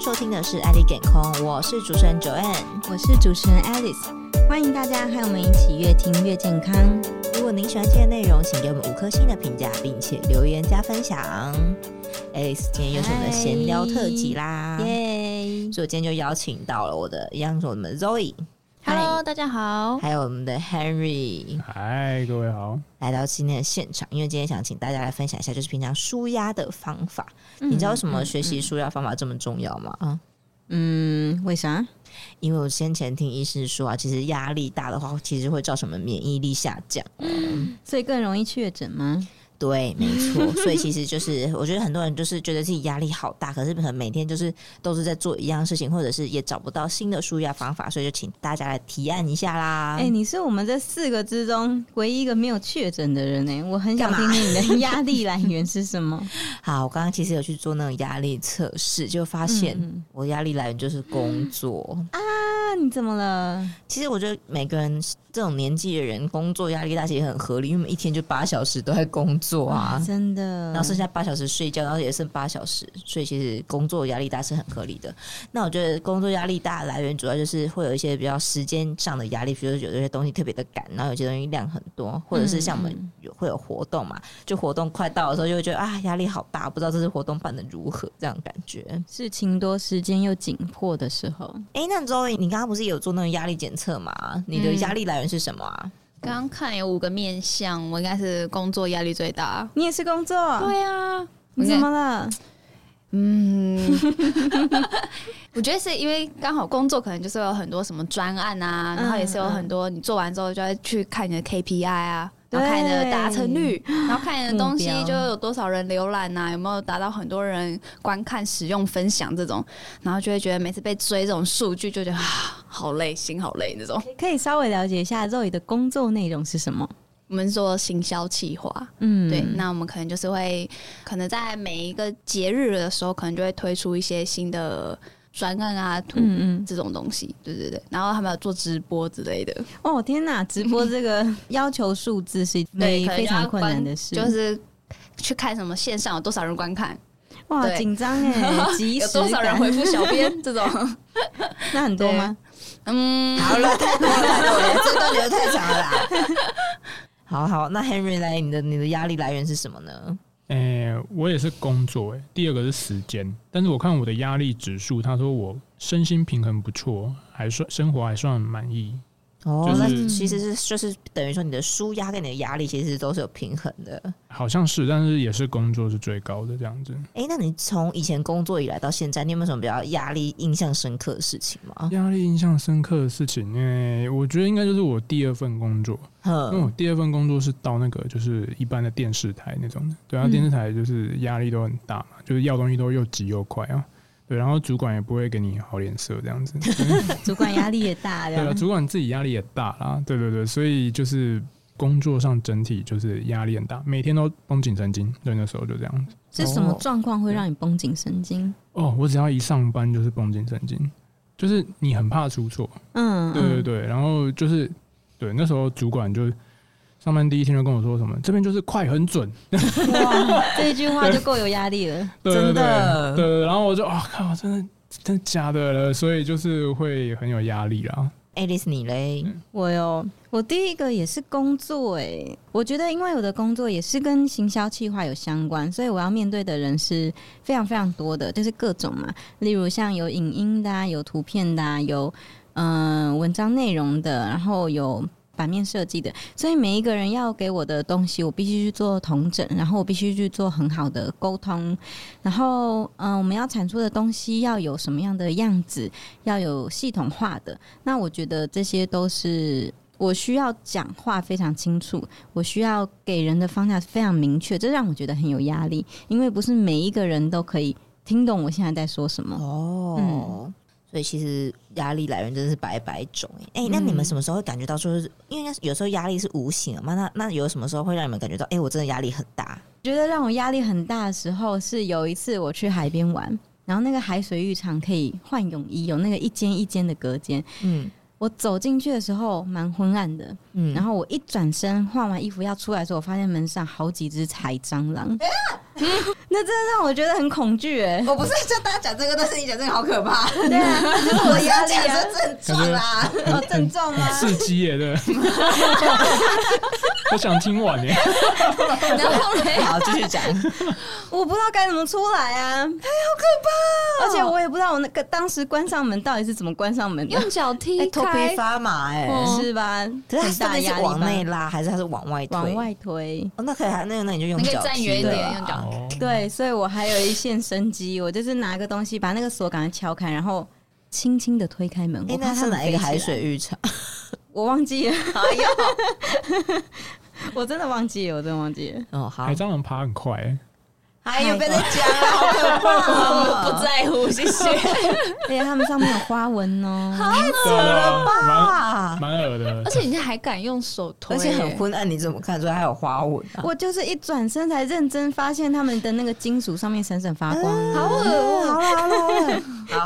收听的是《爱丽健空》，我是主持人 Joanne。我是主持人 Alice，欢迎大家和我们一起越听越健康。如果您喜欢今天的内容，请给我们五颗星的评价，并且留言加分享。Alice，今天又是我们的闲聊特辑啊啦，耶、所以我今天就邀请到了我的一样是我们的 Zoe， h e l l o 大家好。还有我们的 Henry 嗨，各位好。来到今天的现场，因为今天想请大家来分享一下，就是平常舒压的方法。嗯你知道为什么学习舒压方法这么重要吗？啊，嗯，为啥？因为我先前听医师说啊，其实压力大的话，其实会造成我们免疫力下降。所以更容易确诊吗？对，没错。 所以其实就是，我觉得很多人就是觉得自己压力好大，可是可能每天就是都是在做一样事情，或者是也找不到新的舒压方法，所以就请大家来提案一下啦。哎、你是我们这四个之中唯一一个没有确诊的人呢、哎我很想干听嘛听你的 压力来源是什 么。好，我刚刚其实有去做那种压力测试，就发现嗯啊嗯我压力来源就是工作。那你怎么了？其实我觉得每个人这种年纪的人，工作压力大其实也很合理，因为我们一天就八小时都在工作啊。真的，然后剩下八小时睡觉，然后也剩八小时，所以其实工作压力大是很合理的。那我觉得工作压力大的来源主要就是会有一些比较时间上的压力，比如说有些东西特别的赶，然后有些东西量很多，或者是像我嗯们有会有活动嘛，就活动快到的时候就会觉得啊压力好大，不知道这次活动办的如何这样感觉。事情多、时间又紧迫的时候，哎，那周颖，你刚刚不是有做那种压力检测嘛？你的嗯压力来源是什么啊？刚刚看有五个面相，我应该是工作压力最大。你也是工作，对啊，你怎我应么该？了？嗯， 我觉得是因为刚好工作可能就是有很多什么专案嗯啊，然后也是有很多你做完之后就要去看你的 KPI 啊。然后看你的达成率，然后看你的东西目标就有多少人浏览啊呐、有没有达到很多人观看、使用、分享这种，然后就会觉得每次被追这种数据，就觉得啊，好累，心好累那种。可以稍微了解一下肉 o 的工作内容是什么？我们做行销企划，嗯对，那我们可能就是会，可能在每一个节日的时候，可能就会推出一些新的专案啊、图、嗯嗯，这种东西，对对对。然后他们有做直播之类的，哦天哪，直播这个 要求数字是对，没可能非就常要困观难的事，就是去看什么线上有多少人观看，哇对紧张 哎，及有时多少人感回 复小编这种，那很多吗？嗯，好了，太多了，太多了，这段留太长了啦。 好好，那 Henry 来，你的你的压力来源是什么呢？诶、我也是工作、诶，第二个是时间，但是我看我的压力指数，他说我身心平衡不错，还算生活还算满意。哦，就是那其实是就是等于说你的舒压跟你的压力其实都是有平衡的。好像是，但是也是工作是最高的这样子。哎、那你从以前工作以来到现在，你有没有什么比较压力印象深刻的事情吗？压力印象深刻的事情，诶、我觉得应该就是我第二份工作，因为我哼，第二份工作是到那个就是一般的电视台那种的，对啊，嗯电视台就是压力都很大嘛，就是要东西都又急又快啊，对，然后主管也不会给你好脸色这样子， 主管压力也大对啊，的，主管自己压力也大啦，对对对，所以就是工作上整体就是压力很大，每天都绷紧神经，对，那时候就这样子。是什么状况会让你绷紧神经？哦，我只要一上班就是绷紧神经，就是你很怕出错，嗯，对对嗯，对，然后就是对那时候主管就上班第一天就跟我说什么，这边就是快很准，哇，这句话就够有压力了。对对真的对对，然后我就啊、靠，真的真的假的了，所以就是会很有压力啦。 Alice 你嘞？我有，我第一个也是工作哎、我觉得因为我的工作也是跟行销企划有相关，所以我要面对的人是非常非常多的，就是各种嘛，例如像有影音的、啊，有图片的、啊，有嗯、呃文章内容的，然后有。版面设计的，所以每一个人要给我的东西，我必须去做同整，然后我必须去做很好的沟通，然后嗯、呃我们要产出的东西要有什么样的样子，要有系统化的，那我觉得这些都是我需要讲话非常清楚，我需要给人的方向非常明确，这让我觉得很有压力，因为不是每一个人都可以听懂我现在在说什么。哦。嗯所以其实压力来源真的是百百种哎、诶那你们嗯什么时候会感觉到说是，因为有时候压力是无形的嘛？那那有什么时候会让你们感觉到，哎、我真的压力很大？觉得让我压力很大的时候，是有一次我去海边玩，然后那个海水浴场可以换泳衣，有那个一间一间的隔间。嗯我走进去的时候蛮昏暗的，嗯 然后我一转身换完衣服要出来的时候，我发现门上好几只海蟑螂。那真的让我觉得很恐惧哎、我不是叫大家讲这个，但是你讲这个好可怕。 对啊，这是我我的压要力讲说 啊，症状 啦，哦，症状吗？刺激耶，对。 我想听完耶，然后嘞，好，继续讲。 我不知道该怎么出来啊，哎，好可怕、而且我也不知道我那个当时关上门到底是怎么关上门的， 用脚哎踢头皮开，发麻哎、嗯是吧？可是它很到大底是压力吧往内拉还是它是往外推？往外推。哦，那可以，那个那你就用你可以脚踢站远一了点啊用脚哦，对，所以我还有一线生机，我就是拿个东西把那个锁赶快敲开，然后轻轻的推开门。哎、我怕那它是们哪一飞个起海来？水浴 场？我忘记了，哎呦， 我真的忘记了，我真的忘记了。哦好哎海，蟑螂爬很快 欸耶，哎呦，别再讲了，好可怕、我们不在乎，谢谢。 而且哎它们上面有花 纹哦，对啊，蛮啊！ 蛮恶的而。且你还敢用手推，而且很昏暗，你怎么看出来还有花纹、 啊？我就是一转身才认真发现它们的那个金属上面闪闪发光。好恶哦啊嗯好了好了，好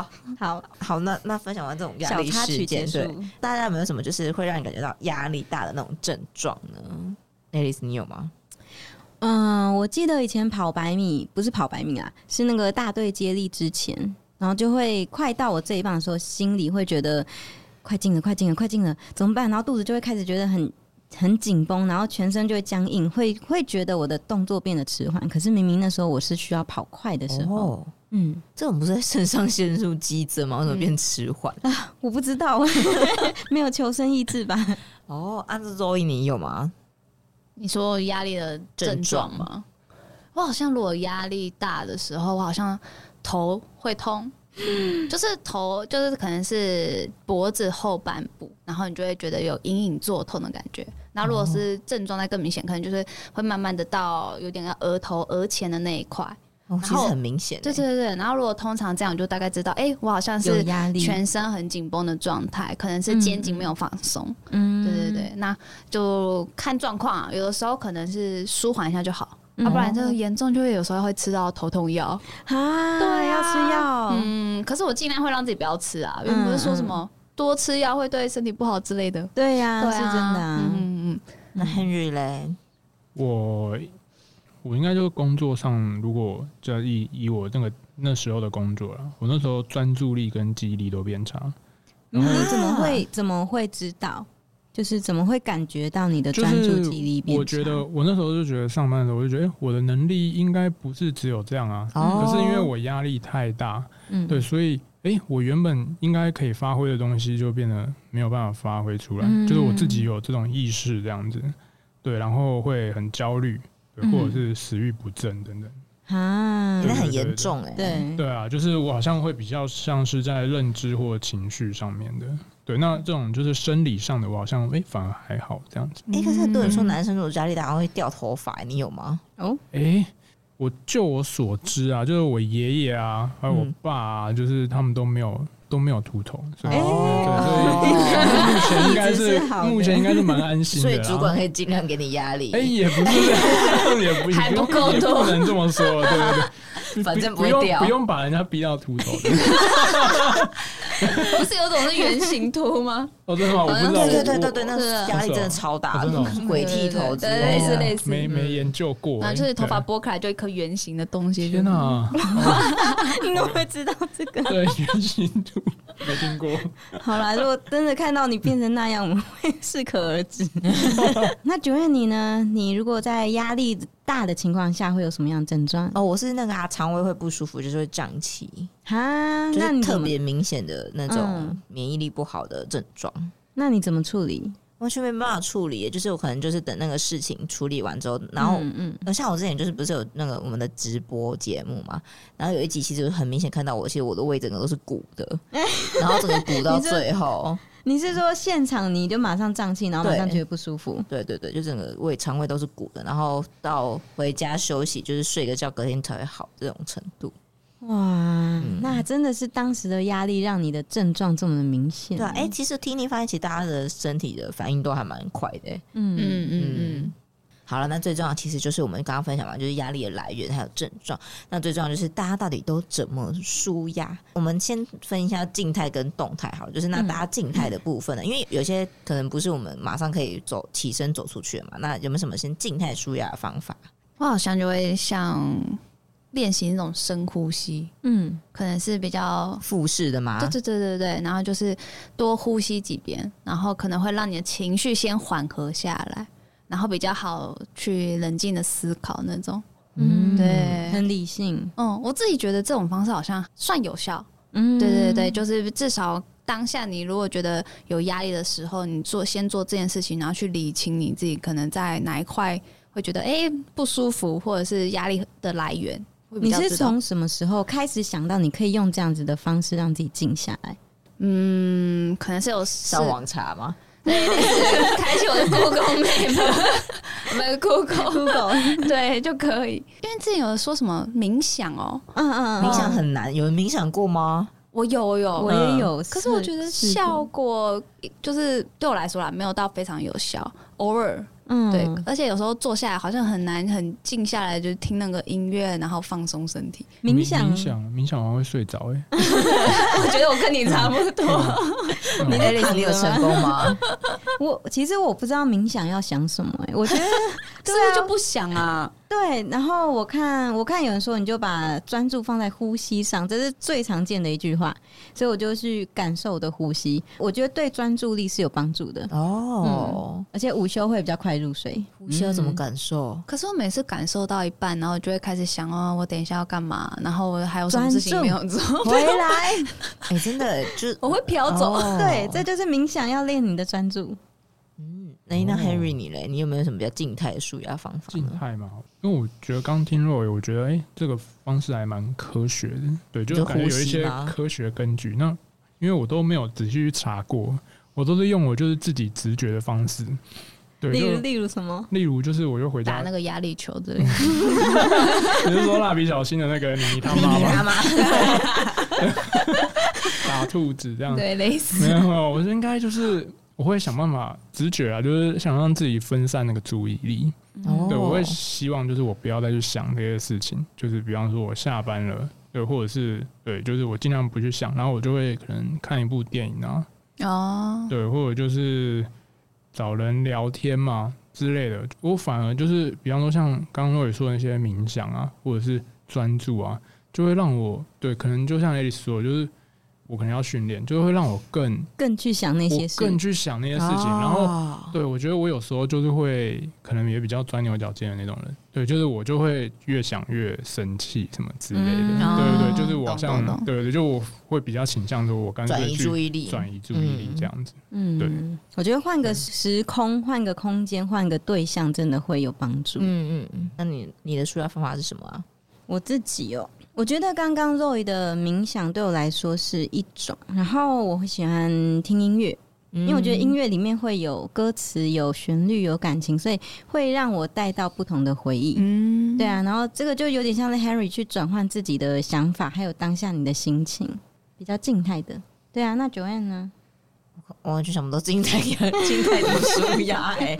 好， 好，那那分享完这种压小力插事曲结件，束对。大家有没有什么就是会让你感觉到压力大的那种症状呢？Alice，你有吗？嗯，我记得以前跑百米不是跑百米啊，是那个大队接力之前，然后就会快到我这一棒的时候，心里会觉得快进了，快进了，快进了，怎么办？然后肚子就会开始觉得很很紧绷，然后全身就会僵硬，会会觉得我的动作变得迟缓。可是明明那时候我是需要跑快的时候，哦，嗯，这种不是在肾上腺素激增吗？为什么变迟缓？我不知道， 没有求生意志吧？哦，按照周一你有吗？你说压力的症状吗？我好像如果压力大的时候，我好像头会痛，嗯 就是头就是可能是脖子后半部，然后你就会觉得有隐隐作痛的感觉。然后如果哦是症状再更明显，可能就是会慢慢的到有点像额头额前的那一块。哦，其实然后很明显欸，对对对对。然后如果通常这样，我就大概知道，哎、我好像有 是压力，全身很紧绷的状态，可能是嗯肩颈没有放松。嗯对对，对，那就看状况、啊，有的时候可能是舒缓一下就好，啊嗯要、不然就严重就会有时候会吃到头痛药。啊，对要吃药，嗯，可是我尽量会让自己不要吃啊，因嗯为不是说什么多吃药会对身体不好之类的。对呀、对啊，是真的、啊，嗯嗯那 Henry 嘞，我我应该就是工作上，如果就要以以我那个那时候的工作了，我那时候专注力跟记忆力都变差，然后你怎么会怎么会知道？就是怎么会感觉到你的就专注是记忆力变我觉差得我那时候就觉得上班的时候，我就觉得、诶我的能力应该不是只有这样啊，哦可是因为我压力太大，嗯对，所以诶，我原本应该可以发挥的东西就变得没有办法发挥出来，嗯就是我自己有这种意识这样子，对，然后会很焦虑，对，或者是食欲不振等等，啊欸，那很对对严对重哎，对，对啊，就是我好像会比较像是在认知或情绪上面的，对，那这种就是生理上的，我好像诶，反而还好这样子，哎、可是很多人说男生如果压力大好像会掉头发，你有吗？哦，诶，我就我所知啊，就是我爷爷啊，还有我嗯爸啊，就是他们都没有都没有秃头，所以、诶哦对，所以目前应该一是直是好的目前应该是蛮安心所的、啊。以主管可以尽量给你压力。哎、也不是，也不还不够也多不能这么说，对对对，反正不不会用掉不用把人家逼到秃头的。嗯，不是有种是圆形 秃吗？哦，真的吗？我不知道，对对对我对对，那是啊压力真的超大哦真的哦的，鬼剃头之对类类似的。类似没没研究过、然哎后就是头发对拨开来就一颗圆形的东西。天哪、就是你都会知道这个。对圆形秃没听过。好啦，如果真的看到你变成那样，我们会适可而 止。那九月你呢？你如果在压力大的情况下，会有什么样的症状？哦，我是那个啊，肠胃会不舒服，就是会胀气，啊，就那是你特怎么？别明显的那种嗯免疫力不好的症状，那你怎么处理？完全没办法处理。就是我可能就是等那个事情处理完之后，然后嗯嗯，呃，像我之前就是不是有那个我们的直播节目嘛，然后有一集其实很明显看到我，其实我的胃整个都是鼓 的，然后整个鼓到你这最后，你是说现场你就马上胀气，然后马上对觉得不舒服？对对对，就整个胃肠胃都是鼓的，然后到回家休息就是睡个觉，隔天才会好这种程度。哇，那真的是当时的压力让你的症状这么的明显。对啊，哎、其实听你发现，其实大家的身体的反应都还蛮快的、欸。嗯嗯嗯嗯嗯，好了，那最重要其实就是我们刚刚分享完，就是压力的来源还有症状。那最重要就是大家到底都怎么舒压？我们先分一下静态跟动态好了，就是那嗯大家静态的部分呢，因为有些可能不是我们马上可以走起身走出去的嘛，那有没有什么先静态舒压的方法？我好像就会像练习那种深呼吸，嗯，可能是比较。复式的嘛啊对，对对对对，然后就是多呼吸几遍，然后可能会让你的情绪先缓和下来，然后比较好去冷静的思考那种。嗯对很理性，嗯，我自己觉得这种方式好像算有效。嗯，对对对，就是至少当下你如果觉得有压力的时候，你做先做这件事情，然后去理清你自己可能在哪一块会觉得哎、诶不舒服，或者是压力的来源。会比你较是知道从什么时候开始想到你可以用这样子的方式让自己静下来？嗯，可能是有上网查嘛， 开启我的 Google Map，我们 Google 对就可以，因为之前有说什么冥想哦，嗯嗯冥想很难，有人冥想过吗？我有我有，我也有，可是我觉得试过效，果就是对我来说啦，没有到非常有效，偶尔嗯对，而且有时候坐下来好像很难很静下来，就听那个音乐，然后放松身体。冥想 冥，想，冥想完会睡着哎、我觉得我跟你差不多，嗯你 Alice，你有成功吗？ 我其实我不知道冥想要想什么、欸，我觉得是对不是就啊，不想啊？对。然后我看我看有人说，你就把专注放在呼吸上，这是最常见的一句话，所以我就去感受我的呼吸，我觉得对专注力是有帮助的，哦，而且午休会比较快入睡。呼吸要怎么感受？可是我每次感受到一半，然后我就会开始想哦，我等一下要干嘛？然后我还有什么事嗯情专没注有做？回来，哎，真的就我会飘走。哦对，这就是冥想要练你的专注。那那哦 Henry 你嘞，你有没有什么比较静态的舒压方法静呢？态嘛，因为我觉得刚听若伟，我觉得哎、诶这个方式还蛮科学的，对，就就感觉有呼一吸些吗科学根据。那因为我都没有仔细去查过，我都是用我就是自己直觉的方式，对，例如，就例如什么？例如就是我就回打家那，个压力球之类的， 你是说蜡笔小新的那个妮妮他妈你吗？他妈， 打兔子这样， 对，类似。没有，没有，我是应该就是我会想办法直觉啊，就是想让自己分散那个注意力。哦嗯对，我会希望就是我不要再去想这些事情，就是比方说我下班了，对，或者是对，就是我尽量不去想，然后我就会可能看一部电影啊，哦，对，或者就是找人聊天嘛之类的。我反而就是比方说像刚刚若雨说的那些冥想啊，或者是专注啊，就会让我对，可能就像 Alice 说的，就是我可能要训练，就会让我更更去想那些我事。哦更去想那些事情，然后后对，我觉得我有时候就是会，可能也比较钻牛角尖的那种人。对，就是我就会越想越生气什么之类的。嗯对对哦对，就是我好懂像懂懂对对，就我会比较倾向说，我干转脆移去注意力，啊转移注意力这样子。对嗯，我觉得换个时空、换个空间、换个对象，真的会有帮助。嗯嗯嗯，那你你的舒压方法是什么啊？我自己哦，我觉得刚刚 Roy 的冥想对我来说是一种，然后我会喜欢听音乐，因因为我觉得嗯音乐里面会有歌词、有旋律、有感情，所以会让我带到不同的回忆。嗯，对啊，然后这个就有点像是 Harry 去转换自己的想法，还有当下你的心情，比较静态的。对啊，那 Joanne 呢？我完全哦想不到静态 静态怎么舒压哎、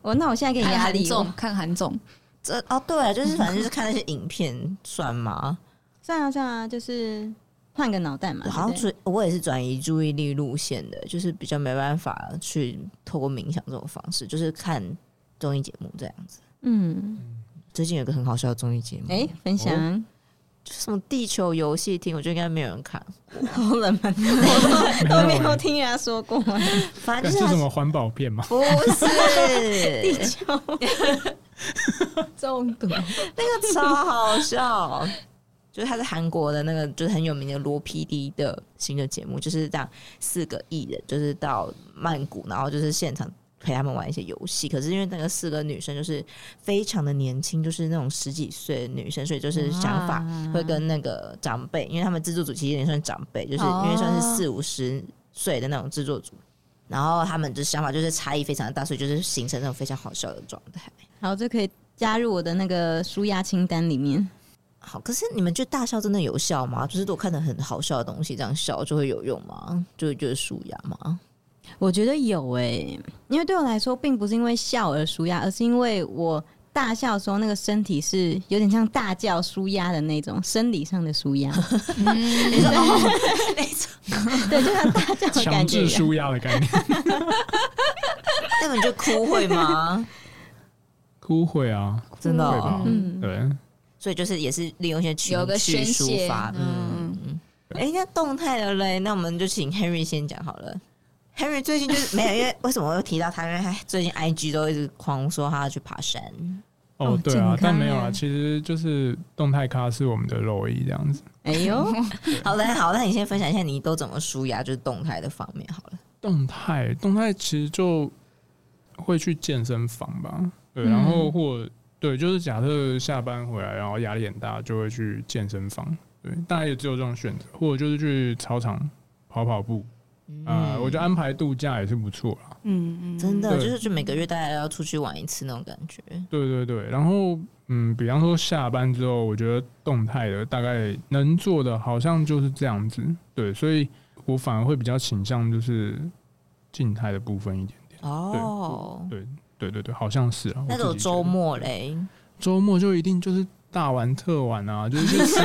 我那我现在给你看压韩力，总，看韩总，这哦对啊，就是反正就是看那些影片算吗？算啊算啊，就是换个脑袋嘛。我好像对不对转我也是转移注意力路线的，就是比较没办法去透过冥想这种方式，就是看综艺节目这样子。嗯，最近有一个很好笑的综艺节目，哎、分享、就是什么地球游戏厅，我觉得应该没有人看。好冷门， 我都都没没有有听人家说过。反正就对是是它什么环保 片嘛？不是 中毒，那个超好笑。就是他是韩国的那个，就是很有名的罗 PD 的新的节目，就是这样四个艺人，就是到曼谷，然后就是现场陪他们玩一些游戏。可是因为那个四个女生就是非常的年轻，就是那种十几岁的女生，所以就是想啊法会跟那个长辈，因为他们制作组其实有点算长辈，就是因为算是四五十岁的那种制作组，然后他们的想法就是差异非常的大，所以就是形成那种非常好笑的状态。好，这可以加入我的那个舒压清单里面。好，可是你们觉得大笑真的有效吗？就是我看的很好笑的东西，这样笑就会有用吗？就就是舒压吗？我觉得有诶、因为对我来说，并不是因为笑而舒压，而是因为我大笑的时候，那个身体是有点像大叫舒压的那种生理上的舒 压，你说 哦，对，就像大叫的强感觉制一样。舒压的概 念，那你就哭会吗？哭会啊，真的会吧哦、对，嗯，对， 所以就是也是利用一些情有个绪宣抒泄发，，嗯。嗯，哎、那动态的嘞，那我们就请 Henry 先讲好了。Henry 最近就是 没有，因为为什么我又提到他？因为他最近 IG 都一直狂说他要去爬山，哦哦，对健啊康，但没有啊，欸其实就是动态咖是我们的肉衣这样子。哎呦，好的，好，那你先分享一下你都怎么舒压，就是动态的方面好了。动态，动态其实就会去健身房吧，对，嗯然后或、对，就是假设下班回来，然后压力很大，就会去健身房，对，大概也只有这种选择，或者就是去操场跑跑步，啊、我觉得安排度假也是不错啦，嗯嗯，真的对就是就每个月大家都要出去玩一次那种感觉。对对对，然后嗯，比方说下班之后，我觉得动态的大概能做的好像就是这样子，对，所以我反而会比较倾向就是静态的部分一点点，哦，对对对，好像是啊，那我自己种觉得周末嘞，周末就一定就是大玩特玩啊，就是去吃，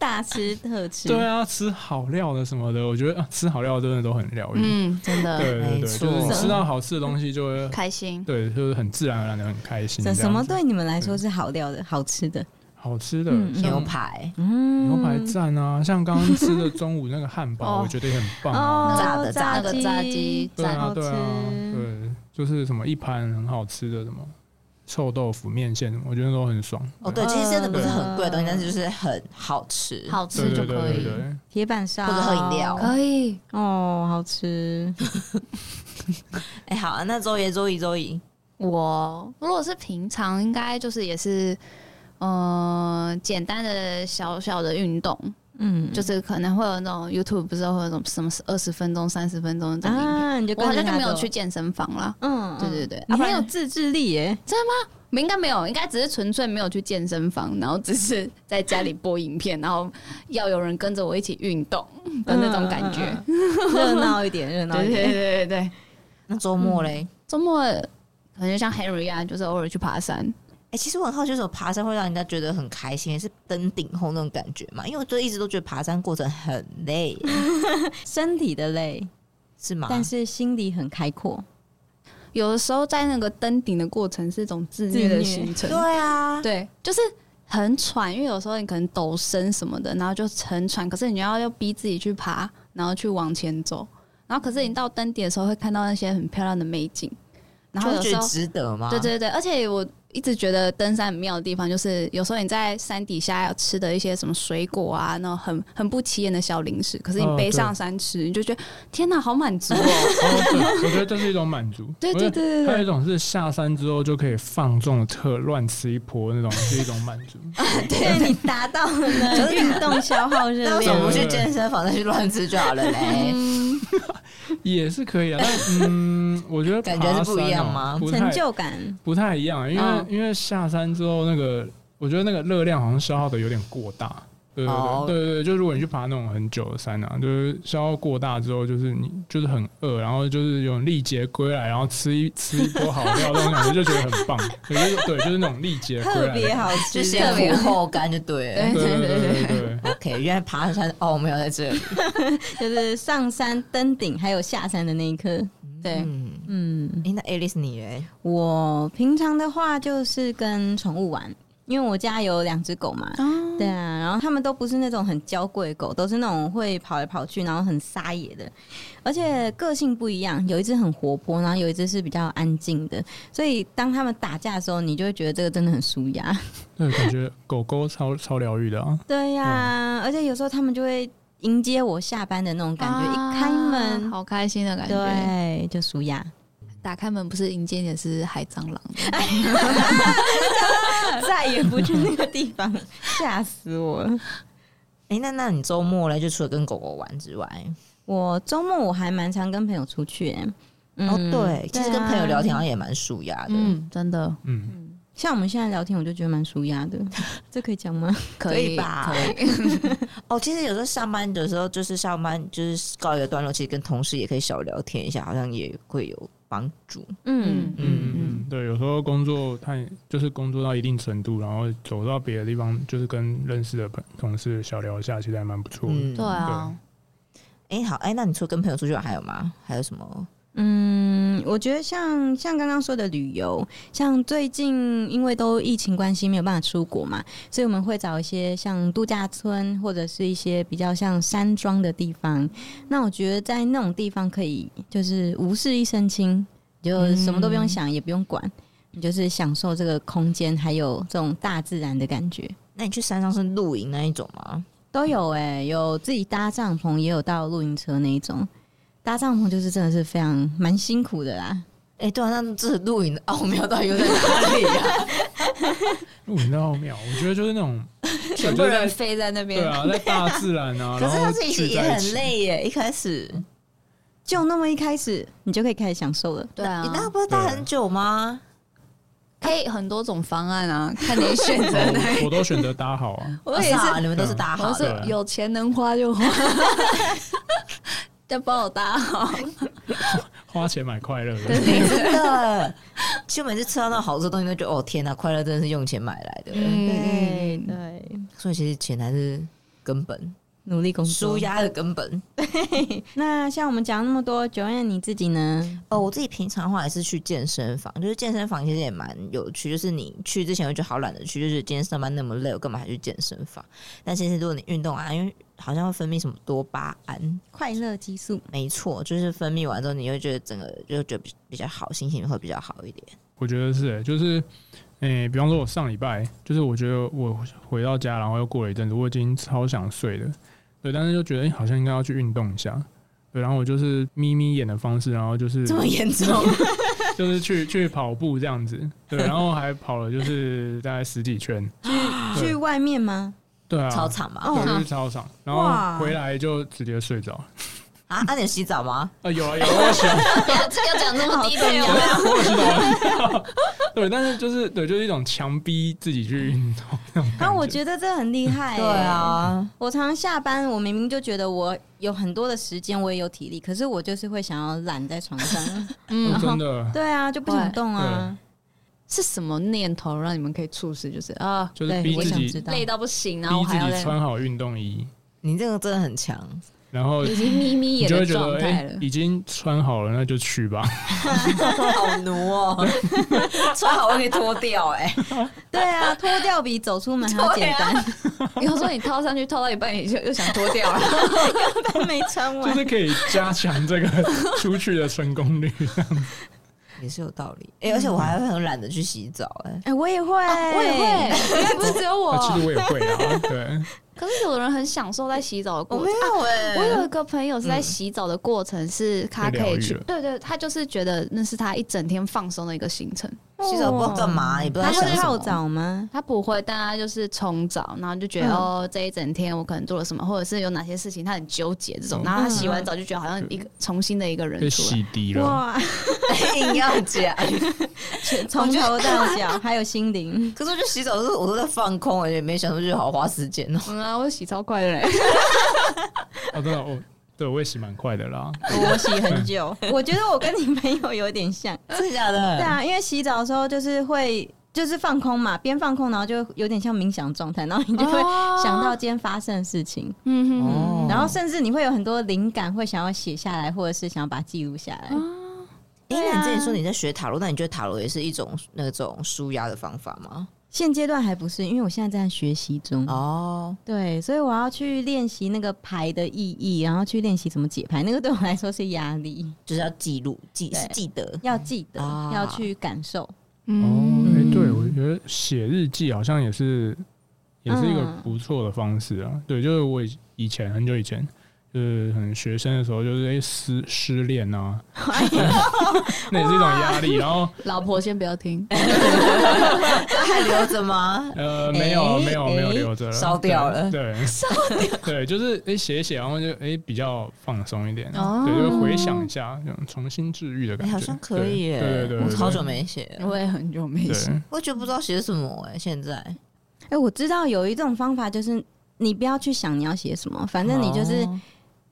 大吃特吃， 对啊，吃好料的什么的，我觉得、啊、吃好料真的都很疗愈。嗯，真的对对没对，错就是吃到好吃的东西就会，开心。对，就是很自然而然的很开心这这样子。什么对你们来说是好料的、好吃的？好吃的嗯像牛排、嗯，牛排赞啊，像刚刚吃的中午那个汉堡，哦我觉得也很棒啊。炸的炸那个炸鸡，对炸啊，对啊哦好，吃对，就是什么一盘很好吃的什么臭豆腐面线，我觉得都很爽。哦，对，其实真的不是很贵的东西，嗯但是就是很好吃，啊好对吃对就对可对以，对，铁板烧或者喝饮料可以。哦，好吃。哎、好啊，那周爷、周一、周一，我如果是平常，应该就是也是，呃，简单的小小的运动，嗯，就是可能会有那种 YouTube 不是会有那种什么二十分钟、三十分钟那种影片，啊，你就我好像就没跟着有他走去，健身房啦。嗯，嗯对对对你啊不然很有自制力耶，应该没有，应该只是纯粹没有去健身房，然后只是在家里播影片，然后要有人跟着我一起运动的那种感觉。嗯，嗯嗯嗯热闹一 点，热闹对一对点，对对对，那周末嘞？周末可能就像 Henry 啊，就是偶尔去爬山。哎、其实我很好奇，为什么爬山会让人家觉得很开心，是登顶后那种感觉嘛？因为我就一直都觉得爬山过程很累， 身体的累，是啊吗？但是心里很开阔。有的时候在那个登顶的过程是一种自虐的行程对，啊，对，就是很喘，因为有时候你可能抖身什么的，然后就很喘，可是你要要逼自己去爬，然后去往前走，然后可是你到登顶的时候会看到那些很漂亮的美景，然后就有会觉时得候值得吗？对对对，而且我一直觉得登山很妙的地方，就是有时候你在山底下要吃的一些什么水果啊，那种很很不起眼的小零食，可是你哦背对上山吃，你就觉得天哪，好满 足哦！哦，对，我觉得这是一种满足。对我觉对得对对还有对，一种是下山之后就可以放纵特乱吃一波那种，是一种满 足。啊对 你达到了呢运动消耗那热为什么量不。去健身房再去乱吃就好了嘞？嗯 也是可以啊，但嗯，我觉得感觉是不一样吗爬山哦不成太就感，不太一样，因为、嗯因为下山之后那个，我觉得那个热量好像消耗的有点过大。对对对、哦对对对，就如果你去爬那种很久的山啊，就是消耗过大之后，就是你就是很饿，然后就是有种力竭归来，然后吃一吃一波好料，那种感觉就觉得很棒。 对，就是对，就是那种力竭归特来的感别觉。好就吃，先苦 后甘就对了。对对对对对对。 OK，原来爬山哦，没有在这里。就是上山登顶还有下山的那一刻。对嗯，嗯，哎，那 Alice 你嘞？我平常的话就是跟宠物玩，因为我家有两只狗嘛。对啊，然后它们都不是那种很娇贵的狗，都是那种会跑来跑去，然后很撒野的，而且个性不一样。有一只很活泼，然后有一只是比较安静的。所以当它们打架的时候，你就会觉得这个真的很舒压。对，感觉狗狗超超疗愈的啊！ 对呀、而且有时候它们就会迎接我下班的那种感觉，一开啊门，好开心的感觉。对，就舒压。打开门不是迎接你的是海蟑螂， 再也不去那个地 方了，吓死我了！哎，那那你周末嘞，就除了跟狗狗玩之外，我周末我还蛮常跟朋友出去、欸，嗯哦，对，其实跟朋友聊天好对啊像也蛮舒压的。嗯，真的嗯，像我们现在聊天，我就觉得蛮舒压的， 这可以讲吗？可可以吧可以，哦，其实有时候上班的时候，就是上班就是告一个段落，其实跟同事也可以小聊天一下，好像也会有帮助。嗯，嗯嗯嗯，对，有时候工作太就是工作到一定程度，然后走到别的地方，就是跟认识的朋同事小聊一下，其实还蛮不错的。嗯， 对啊，哎、好，哎、那你除了跟朋友出去玩还有吗？还有什么嗯，我觉得像像刚刚说的旅游，像最近因为都疫情关系没有办法出国嘛，所以我们会找一些像度假村或者是一些比较像山庄的地方。那我觉得在那种地方可以就是无事一身轻，就什么都不用想，也不用管，你就是享受这个空间，还有这种大自然的感觉。那你去山上是露营那一种吗？都有哎、有自己搭帐篷，也有到露营车那一种。搭帐篷就是真的是非常蛮辛苦的啦，哎、对啊，那这露营的哦奥妙到底又在哪里呀、露营在后面，我觉得就是那种全部人飞在那 边对，啊，在大自然啊，可是然他后自己聚也在一很起，累耶，一开始。就那么一开始，你就可以开始享受了。对你那啊，不是搭很久吗？可以很多种方案啊，看你选择 哪一哦我我都选择搭好啊，我也啊是啊，你们都是搭好我的。对啊是有钱能花就花， 要帮我搭好。花钱买快乐的。对真的，其实每次吃到那好吃的东西，都觉得哦天哪，快乐真的是用钱买来的。嗯，对，所以其实钱才是根本，努嗯力工作。舒压的根本。那像我们讲那么多，Joanne 你自己呢？哦，我自己平常的话也是去健身房，就是健身房其实也蛮有趣，就是你去之前我就好懒得去，就是今天上班那么累，我干嘛还去健身房？但其实如果你运动啊，因为好像会分泌什么多巴胺，快乐激 素。没错，就是分泌完之后，你会觉得整个就觉得比比较好，心情会比较好一点。我觉得是、欸，就是，诶、比方说，我上礼拜就是我觉得我回到家，然后又过了一阵子，我已经超想睡了，对，但是就觉得、诶好像应该要去运动一下，对，然后我就是眯眯眼的方式，然后就是这么严重？就是去去跑步这样子，对，然后还跑了就是大概十几圈， 去外面吗？对啊，超惨吧？哦对，就是操场，然后哇回来就直接睡着，啊，那、你有洗澡吗？啊，有啊有啊，我有洗澡，要讲这么低调有吗？我有洗澡， 对，但是就是对，就是一种强逼自己去运动那种感啊，我觉得这很厉害、欸。 对，啊，我常常下班，我明明就觉得我有很多的时间，我也有体力，可是我就是会想要懒在床上。哦嗯，真的。对啊，就不想动啊。是什么念头让你们可以促使就是啊，就是逼我自想己知道。累到不行，然后逼自我还要己在穿好运动衣， 你这个真的很强，然后已经眯眯你眼就的会觉得状态哎、了。已经穿好了，那就去 吧。好奴哦，穿好我可以脱掉哎、 对啊，脱掉比走出门还哎要啊简啊单， 有时候你套上去，套到一半你就又想脱掉了。但没穿就完。是可以加强这个出去的成功 率。 啊也是有道理哎、而且我还会很懒得去洗澡哎、哎、我也会、我也会，应该不是只有啊其实我。我也会啊，对，可是有的人很享受在洗澡的过程。啊有哎我有一欸个朋友是在洗澡的过程，是他可被疗以愈去了，对对，他就是觉得那是他一整天放松的一个行程。洗澡不知道干嘛，也不知道他想嗯会什泡么。澡吗？他不会，但他就是冲澡，然后就觉得、嗯哦，这一整天我可能做了什么，或者是有哪些事情他很纠结这种，嗯然后他洗完澡就觉得好像一个重新的一个被人出来。洗涤了。哇， 硬要讲，从头到脚，还有心灵。可是我就洗澡的时候我都在放空、哎，也没想说就是好花时间 哦、嗯啊，我洗超快的 嘞，哦，对啊，我对我也洗蛮快的啦。我洗很久， 我觉得我跟你朋友有点像。真的假的？对，啊，因为洗澡的时候就是会就是放空嘛，边放空，然后就有点像冥想状态，然后你就会哦想到今天发生的事情，嗯哼哦哼，然后甚至你会有很多灵感，会想要写下来，或者是想要把它记录下来。因对为哎啊你之前说你在学塔罗，那你觉得塔罗也是一种那种舒压的方法吗？现阶段还不是，因为我现在在学习中。哦，对，所以我要去练习那个牌的意义，然后去练习怎么解牌，那个对我来说是压力，就是要记录，记对是记 得。要记得，啊要去感受。哦，哎、嗯对，我觉得写日记好像也是也是一个嗯不错的方式啊。对，就是我以以前很久以前。就是很学生的时候，就是哎、失失恋 啊，哎 那也是一种压力。然后老婆先不要听，还留着吗？呃，没有，诶没有，没有诶留着了，烧掉了对，对对，就是诶写一写，然后就诶比较放松一点，哦对，就回想一下，这种重新治愈的哎、感觉，好像可以耶、对对对，我对好久，没写了，我也很久没对洗。对我觉得不知道写什么哎、现在哎、我知道有一种方法，就是你不要去想你要写什么，反正你就是哦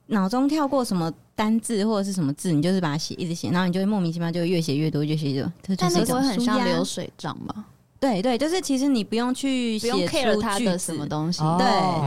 脑中跳过什么单字或者是什么字，你就是把它写，一直写，然后你就会莫名其妙就越写越多，越写越多。这就但是你一不种会很舒像压流水账吗？对对，就是其实你不用去不写用出 care 它句的子什么东西。哦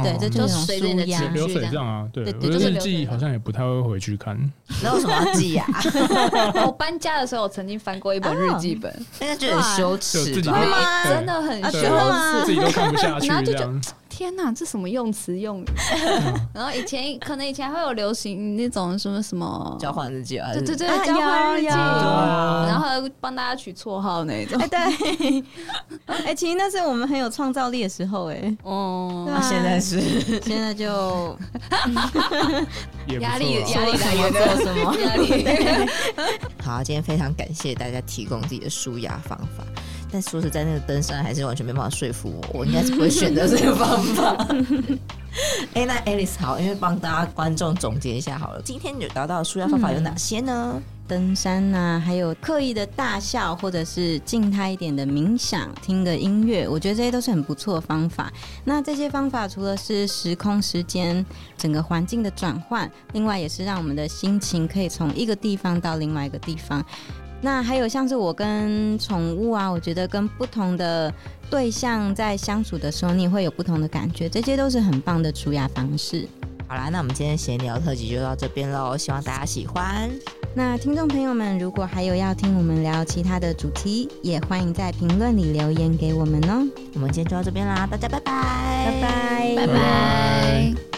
对对，这嗯就就是一种随着你的舒压情绪流水账啊，对，对我对的就是日流水记账好像也不太会回去看，那为什么要记啊呀、 我搬家的时候，我曾经翻过一本日记本， 那个就很羞耻自己吧会？吗对真的很哦啊羞真的吗耻自。己都看不下去然后这就样。天哪，这什么用词用语？ 然后以前可能以前还有流行那种什么什么，交换日记啊？还对是对对啊，交换日记，有有啊然后还有帮大家取绰号那一种哎、。对， 哎、其实那是我们很有创造力的时候、哎哦对啊现在是哎，现在就也不压力错啊压啦力来源做什么？ 压力好，今天非常感谢大家提供自己的舒压方法。但说实在，那个登山还是完全没办法说服我，我应该是不会选择这个方法。 哎、那 Alice 好，因为帮大家观众总结一下好了，今天有聊到的舒压方法有哪些呢？登山呐、还有刻意的大笑，或者是静态一点的冥想，听个音乐，我觉得这些都是很不错的方法。那这些方法除了是时空、时间、整个环境的转换，另外也是让我们的心情可以从一个地方到另外一个地方。那还有像是我跟宠物啊，我觉得跟不同的对象在相处的时候，你也会有不同的感觉，这些都是很棒的舒压方式。好啦，那我们今天闲聊特辑就到这边喽，希望大家喜欢。那听众朋友们，如果还有要听我们聊其他的主题，也欢迎在评论里留言给我们哦。我们今天就到这边啦，大家拜拜，拜拜拜拜。